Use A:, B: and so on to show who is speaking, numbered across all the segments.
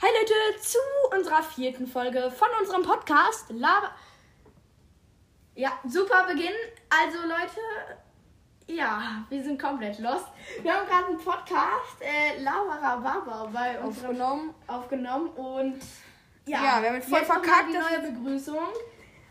A: heute zu unserer vierten Folge von unserem Podcast Laber. Ja, super Beginn. Also Leute, ja, wir sind komplett lost. Wir haben gerade einen Podcast äh, Labarababa bei uns
B: aufgenommen.
A: aufgenommen und ja,
B: Ja, wir haben jetzt voll
A: jetzt noch mal
B: verkackt,
A: die
B: dass
A: neue Begrüßung.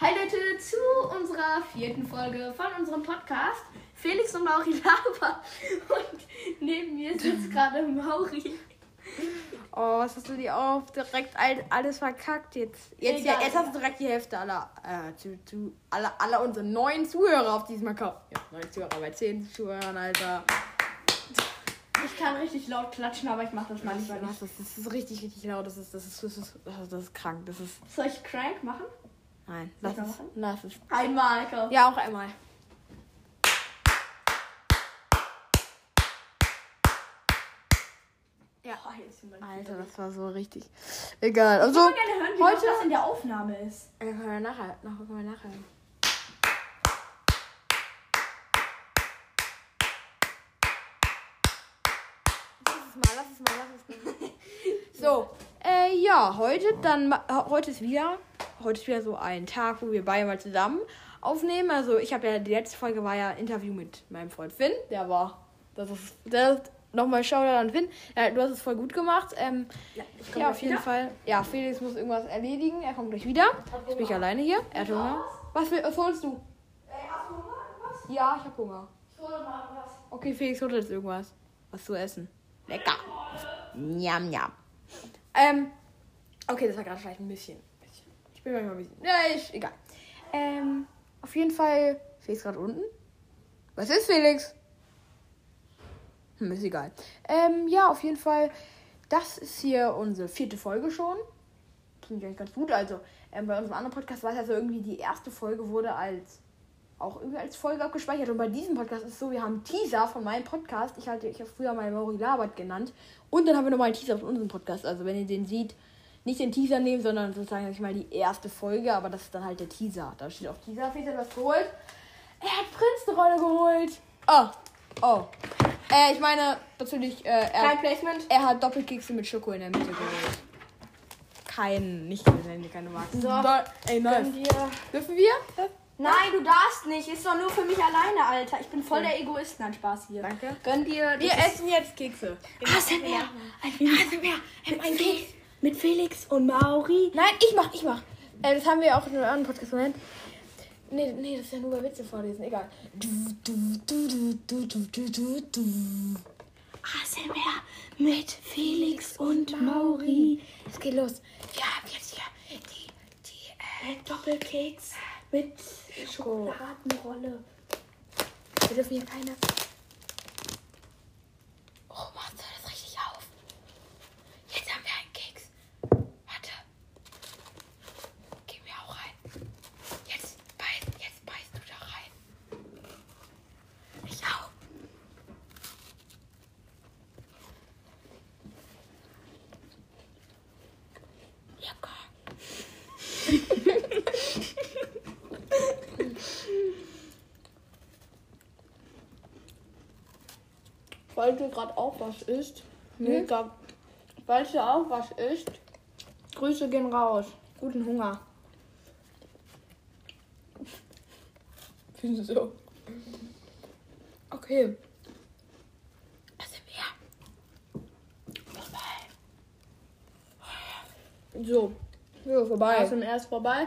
A: Hi Leute zu unserer vierten Folge von unserem Podcast Felix und Mauri Laber und neben mir sitzt gerade Mauri.
B: Oh, was hast du dir auf? Direkt all- alles verkackt jetzt. Jetzt, ja,
A: Egal.
B: jetzt hast du direkt die Hälfte aller, äh, zu, zu, aller, aller unsere neuen Zuhörer auf diesem Account. Ja, neun Zuhörer bei zehn Zuhörern, Alter.
A: Ich kann richtig laut klatschen, aber ich mache das mal lieber
B: Das
A: nicht.
B: ist, das ist richtig, richtig laut. Das ist, das ist, das ist, das ist, das ist krank. Das ist,
A: Soll ich Crank machen?
B: nein, lass
A: Soll ich
B: es, lass es.
A: Einmal, komm.
B: Ja, auch einmal.
A: Ja. Oh, hier ist jemand.
B: Alter, das war so richtig. Egal. Also,
A: Ich würde gerne hören, wie
B: heute-
A: heute das in der Aufnahme ist.
B: Dann können wir nachher, nachher können wir nachher. Lass es mal, lass es mal, lass es mal. So, äh, ja, heute dann, ma- ho- heute ist wieder, heute ist wieder so ein Tag, wo wir beide mal zusammen aufnehmen. Also ich habe ja die letzte Folge war ja Interview mit meinem Freund Finn, der war, das ist, das ist nochmal Shoutout an Finn. Ja, du hast es voll gut gemacht. Ähm,
A: Ja, ich
B: ja, auf jeden Fall. Ja, Felix muss irgendwas erledigen. Er kommt gleich wieder. Jetzt bin ich alleine hier. Er hat Hunger. Was, will, was holst du?
A: Äh, hast du Hunger? Was?
B: Ja, ich hab Hunger.
A: Ich hole mal was.
B: Okay, Felix holt jetzt irgendwas. Was zu essen. Lecker. Njam, njam. Ähm, okay, das war gerade vielleicht ein bisschen. bisschen- Ich bin manchmal ein bisschen. Ja, ich, egal. Ähm, auf jeden Fall. Felix gerade unten. Was ist Felix? Hm, ist egal. Ähm, ja, auf jeden Fall. Das ist hier unsere vierte Folge schon. Klingt eigentlich ganz gut. Also, ähm, bei unserem anderen Podcast war es ja so irgendwie, die erste Folge wurde als auch irgendwie als Folge abgespeichert. Und bei diesem Podcast ist es so, wir haben einen Teaser von meinem Podcast. Ich hatte, ich habe früher mal Mauri Labert genannt. Und dann haben wir nochmal einen Teaser von unserem Podcast. Also wenn ihr den seht, nicht den Teaser nehmen, sondern sozusagen sag ich mal die erste Folge, aber das ist dann halt der Teaser. Da steht auch Teaser, Felix hat was geholt. Er hat Prinz eine Rolle geholt. Oh. Oh. Äh, ich meine, natürlich, äh, er,
A: Kein Placement.
B: er hat Doppelkekse mit Schoko in der Mitte geholt. Kein, nicht keine, keine Marke.
A: So.
B: ey, nice.
A: wir.
B: Dürfen wir?
A: Nein, du darfst nicht. Ist doch nur für mich alleine, Alter. Ich bin voll der Egoist. Nein, Spaß hier.
B: Danke.
A: Gönn dir.
B: Wir essen jetzt Kekse.
A: ASMR. ASMR. Ein Keks. Mit Felix und Mauri.
B: Nein, ich mach, ich mach. Äh, das haben wir ja auch in einem anderen Podcast gemeint. Nee, nee, das ist ja nur bei Witze vorlesen, egal. Du, du, du, du, du, du, du, du, du.
A: ASMR mit Felix und Mauri.
B: Es geht los. Wir haben jetzt hier die, die
A: Ein Doppelkeks mit
B: äh, Schoko.
A: Schokoladenrolle.
B: Wir dürfen hier keine. Oh, machst du das richtig auf? Jetzt haben wir einen Keks. Warte. Gehen wir auch rein. Jetzt, beiß, jetzt beißt du da rein. Ich auch. Lecker.
C: Weil du gerade auch was isst. Mega. Weil du auch was isst. Grüße gehen raus. Guten Hunger.
B: Wieso? Okay. Was sind wir?
C: So,
B: Ja,
C: war
A: Also,
B: vorbei.
C: es erst vorbei.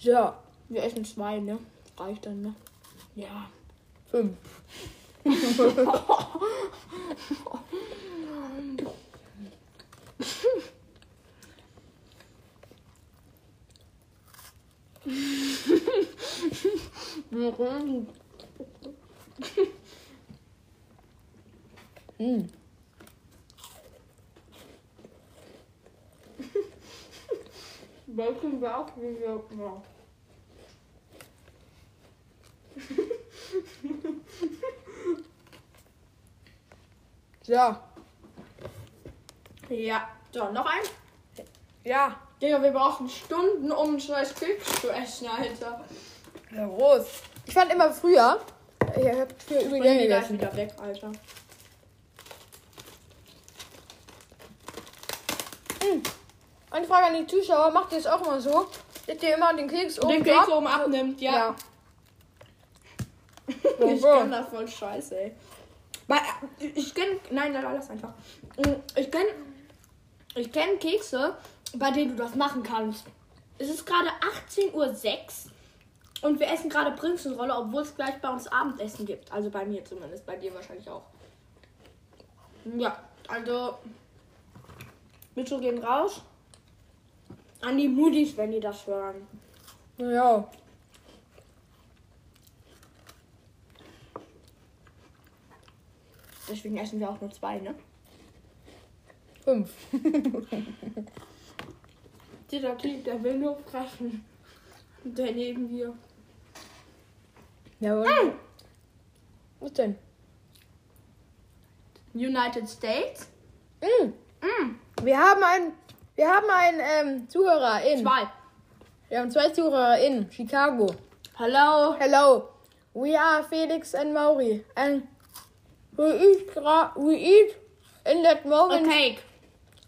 B: Ja,
C: Wir essen zwei, ne? Reicht dann, ne? Ja.
B: fünf. Mm.
C: Welchen Bauch wie wir. Ja.
B: Ja,
C: ja. So, noch ein.
B: ja.
C: Digga, wir brauchen Stunden, um einen scheiß Keks zu essen, Alter.
B: Ja, groß. Ich fand immer früher, ihr habt früher übel
C: Und
B: gerne
C: die gleich
B: gegessen.
C: wieder weg, Alter.
B: Eine Frage an die Zuschauer, macht ihr es auch immer so? Legt ihr immer den Keks oben
C: Den
B: drauf?
C: Keks oben abnimmt, ja.
B: Ja.
C: Ich kenn das voll scheiße, ey. Weil, äh, ich kenn. Nein, nein, lass einfach. Mm, Ich kenn. Ich kenn Kekse, bei denen du das machen kannst.
A: Es ist gerade 18.06 Uhr und wir essen gerade Prinzenrolle, obwohl es gleich bei uns Abendessen gibt. Also bei mir zumindest, bei dir wahrscheinlich auch.
C: Ja, also. Bitte gehen raus.
A: An die Moody's, wenn die das hören.
B: Ja.
C: Deswegen essen wir auch nur zwei, ne?
B: Fünf.
C: Dieser Typ, der will nur fressen. Und Der neben mir.
B: Jawohl.
C: Hm.
B: Was denn?
A: United States?
B: Mm. Wir haben einen, wir haben einen ähm, Zuhörer in.
A: Zwei.
B: Wir haben zwei Zuhörer in Chicago.
A: Hello.
B: Hello, we are Felix and Mauri, and we eat gra- we eat in that
A: A
B: moment.
A: cake.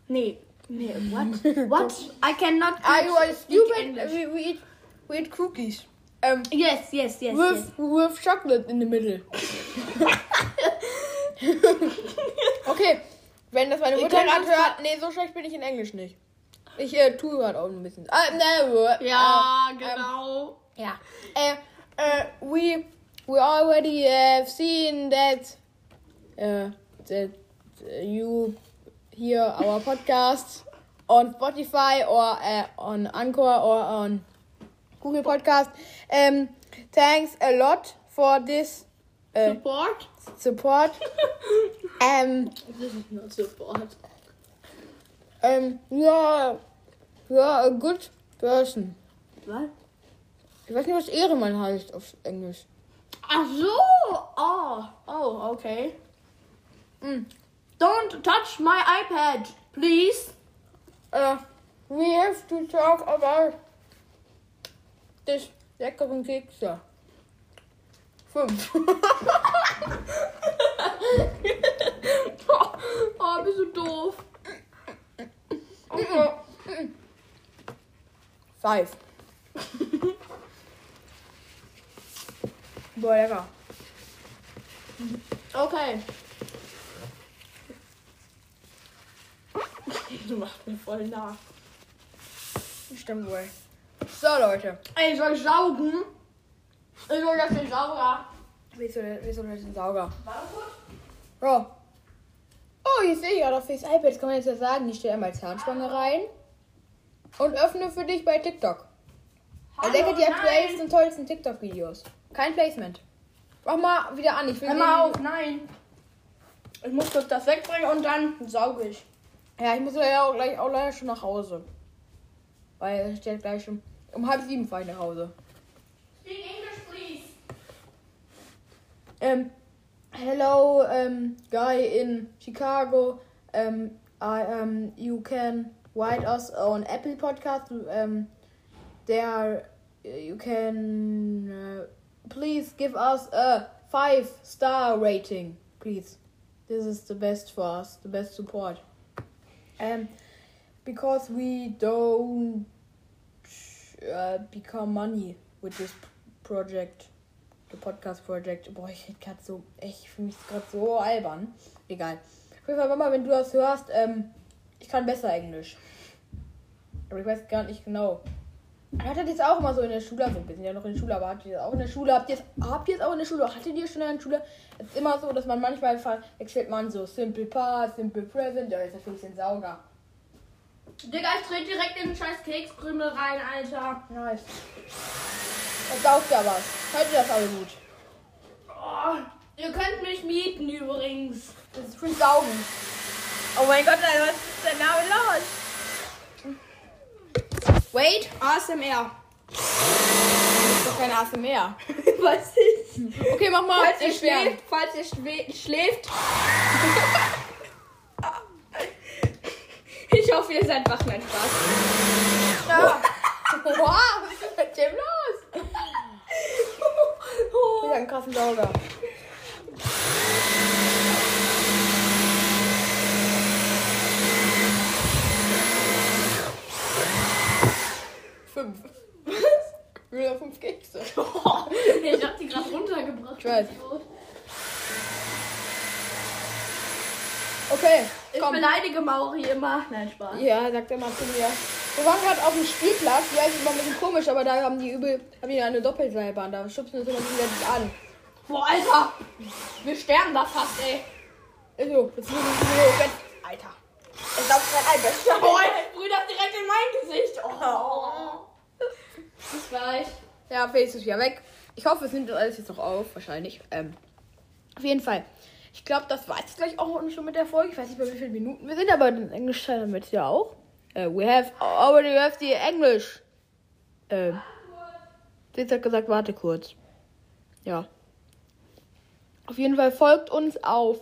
A: Nee. Nee, what? What? I cannot.
B: Are you all
A: speak
B: stupid?
A: English.
B: We, we eat we eat cookies. Um,
A: Yes, yes, yes.
B: with
A: yes.
B: with chocolate in the middle. okay, wenn das meine Mutter
A: können
B: gerade
A: uns
B: hört, nee, so schlecht bin ich in Englisch nicht. Ich äh, tue gerade auch ein bisschen. Ah, ne,
A: Ja, genau.
B: Ja. Äh, äh, we, we already have seen that, äh, that äh, you hear our podcast on Spotify or äh, on Anchor or on Google Podcast. Ähm, thanks a lot for this äh,
A: Support?
B: support. Ähm,
A: This is not support.
B: ähm, you are, you are a good person.
A: Was?
B: Ich weiß nicht, was Ehrenmann heißt auf Englisch.
A: Ach so. Oh. Oh, okay.
B: Mm.
A: Don't touch my iPad, please.
B: Uh, we have to talk about this leckeren Keks da. Fünf.
A: Oh, bist du doof.
B: Five. Boah, lecker.
A: Okay. Du machst mir voll nach.
B: Stimmt wohl. So, Leute.
A: Ey, soll ich saugen? Ich soll das den Sauger.
B: Wieso, wieso ist ein Sauger? Ja. Oh, hier sehe ich gerade auf das iPad. Das kann man jetzt ja sagen. Ich stelle einmal Zahnspange rein. Und öffne für dich bei TikTok. Entdecke die aktuellsten und tollsten TikTok-Videos. Kein Placement. Mach mal wieder an. Ich will
A: Hör mal
B: sehen-
A: auf, nein. Ich muss kurz das wegbringen und dann sauge ich.
B: Ja, ich muss leider auch gleich auch leider schon nach Hause. Weil es steht gleich schon. Um halb sieben fahre ich nach Hause.
A: Speak English, please.
B: Um, hello, um, guy in Chicago. Um, I, um, you can write us on Apple Podcast. Um, there, uh, you can uh, please give us a five star rating, please. This is the best for us, the best support. Um, because we don't uh, become money with this project. The Podcast Project. Boah, ich rede gerade so. Ich fühle mich gerade so albern. Egal. Auf jeden Fall, Mama, wenn du das hörst, ähm, ich kann besser Englisch. Aber ich weiß gar nicht genau. Hattet ihr das auch immer so in der Schule? Also, wir sind ja noch in der Schule, aber hattet ihr das auch in der Schule? Habt ihr das, habt ihr das auch in der Schule? Hattet ihr schon in der Schule? Es ist immer so, dass man manchmal wechselt man so Simple Past, Simple Present, da ist natürlich ein Sauger.
A: Digga, ich trete direkt in den scheiß Kekskrümel rein, Alter.
B: Nice. Das saugt ja was. Hört ihr das alle gut?
A: Oh, ihr könnt mich mieten übrigens.
B: Das ist für Saugen. Oh mein Gott, was ist denn da los? Wait,
A: ASMR.
B: das ist doch kein ASMR.
A: Weiß ich.
B: Okay, mach mal.
A: Falls ihr
B: Beschweren.
A: schläft, falls ihr schwe- schläft. ich hoffe, ihr seid wach, mein Spaß.
B: Ja. Wow, was ist mit dem los?
A: Oh.
B: Wieder einen krassen Sauger. weiß. Okay,
A: Ich
B: komm.
A: beleidige Mauri immer. Nein, Spaß.
B: Ja, sagt er mal zu mir. Wir waren gerade auf dem Spielplatz, ja, ist immer ein bisschen komisch, aber da haben die übel, haben die eine Doppelseilbahn, da schubsen uns immer gegenseitig an.
A: Boah, Alter. Wir sterben da fast, ey.
B: Ist so, jetzt müssen wir hoch, jetzt- Alter. Ich glaub, es ein
A: Boah, ich brühe das direkt in mein Gesicht. Oh. Ich weiß.
B: Ja, Felix ist wieder weg. Ich hoffe, es nimmt alles jetzt noch auf, wahrscheinlich. Ähm, auf jeden Fall. Ich glaube, das war jetzt gleich auch schon mit der Folge. Ich weiß nicht mehr, wie viele Minuten wir sind, aber den Englisch teilen wir jetzt ja auch. Äh, we have already have the English. Ähm, Felix hat gesagt, warte kurz. Ja. Auf jeden Fall folgt uns auf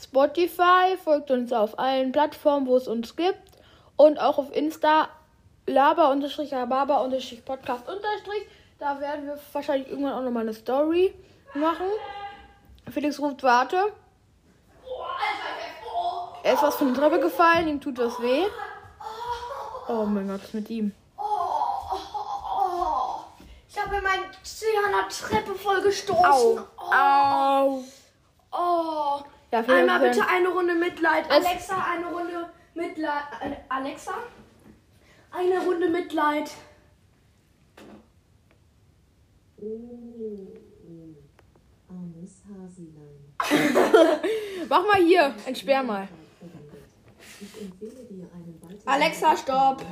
B: Spotify, folgt uns auf allen Plattformen, wo es uns gibt. Und auch auf Insta laber-rababa-podcast- Da werden wir wahrscheinlich irgendwann auch nochmal eine Story machen. Felix ruft, warte. Er ist was von der Treppe gefallen, ihm tut was weh. Oh mein Gott, was ist mit ihm?
A: Ich habe meinen Zehner Treppe voll gestoßen.
B: Au,
A: Oh.
B: au.
A: oh.
B: Ja, Felix,
A: Einmal
B: ähm,
A: bitte eine Runde Mitleid.
B: Es-
A: Alexa, eine Runde Mitleid. Äh, Alexa? Eine Runde Mitleid.
D: Oh, armes Haselein.
B: Mach mal hier, entsperr mal.
D: Ich empfehle dir einen weiteren
C: Alexa, stopp.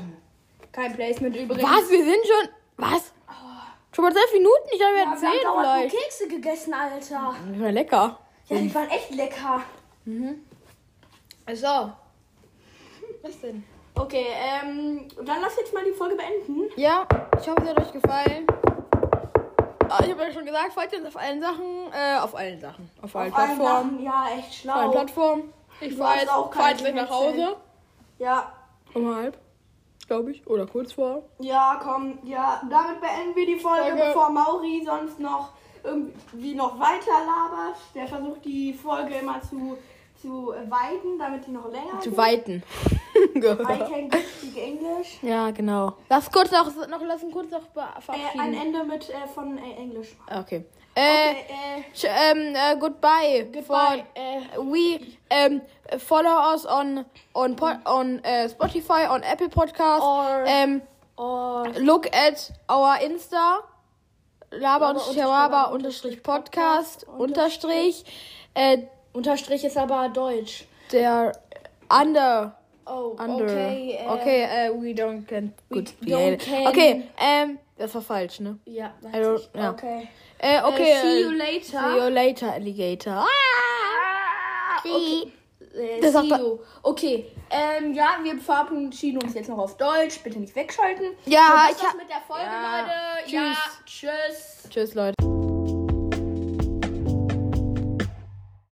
C: Kein Placement übrigens.
B: Was, wir sind schon... Was? Schon mal zwölf Minuten? Ich dachte, wir hätten
A: Wir haben
B: zehn
A: dauernd nur
B: vielleicht.
A: Kekse gegessen, Alter.
B: Ja, lecker.
A: Ja, die waren echt lecker.
B: So. Was denn?
A: Okay, ähm, dann lass jetzt mal die Folge beenden.
B: Ja, ich hoffe, es hat euch gefallen. Ah, Ich habe ja schon gesagt, folgt uns auf allen Sachen. Äh, auf allen Sachen. Auf allen
A: Allen
B: Plattformen.
A: Sachen, Ja, echt
B: Auf allen
A: schlau.
B: Plattformen. Ich
A: hast
B: fahre jetzt,
A: auch
B: fahr
A: kein
B: jetzt gleich nach
A: Internet.
B: Hause.
A: Ja,
B: Um halb. Glaube ich. Oder kurz vor.
A: ja, komm, ja. Damit beenden wir die Folge,
B: Folge.
A: bevor Mauri sonst noch irgendwie noch weiter labert. Der versucht die Folge immer zu, zu äh, weiten, damit die noch länger
B: Zu
A: geht.
B: weiten.
A: I can get speak English.
B: ja, genau. Lass kurz noch, noch lassen kurz noch be-
A: Äh, ein
B: verabschieden.
A: Ende mit äh, von äh, Englisch.
B: okay. Äh,
A: Äh,
B: sch- ähm, äh, goodbye.
A: Goodbye.
B: For, we ähm, follow us on on pod, on äh, Spotify, on Apple Podcasts.
A: Or-
B: ähm,
A: oh,
B: Look at our Insta. Laber und Teraba unterstrich Podcast unterstrich äh,
A: Unterstrich ist aber Deutsch.
B: der under
A: Oh,
B: under
A: okay. Äh,
B: okay äh, we don't can gut
A: we don't can-
B: okay ähm das war falsch ne
A: Ja, weiß
B: I don't-
A: ich.
B: ja.
A: Okay.
B: äh, okay
A: Äh, see you
B: äh,
A: later.
B: see you later alligator ah, okay.
A: Äh,
B: Das
A: see
B: sagt-
A: you. Okay. Ähm, ja, wir verabschieden uns jetzt noch auf Deutsch. Bitte nicht wegschalten. ich
B: Ja, Ah, ich
A: das
B: hab-
A: mit der Folge,
B: Ja.
A: Leute. Ja, tschüss.
B: tschüss Leute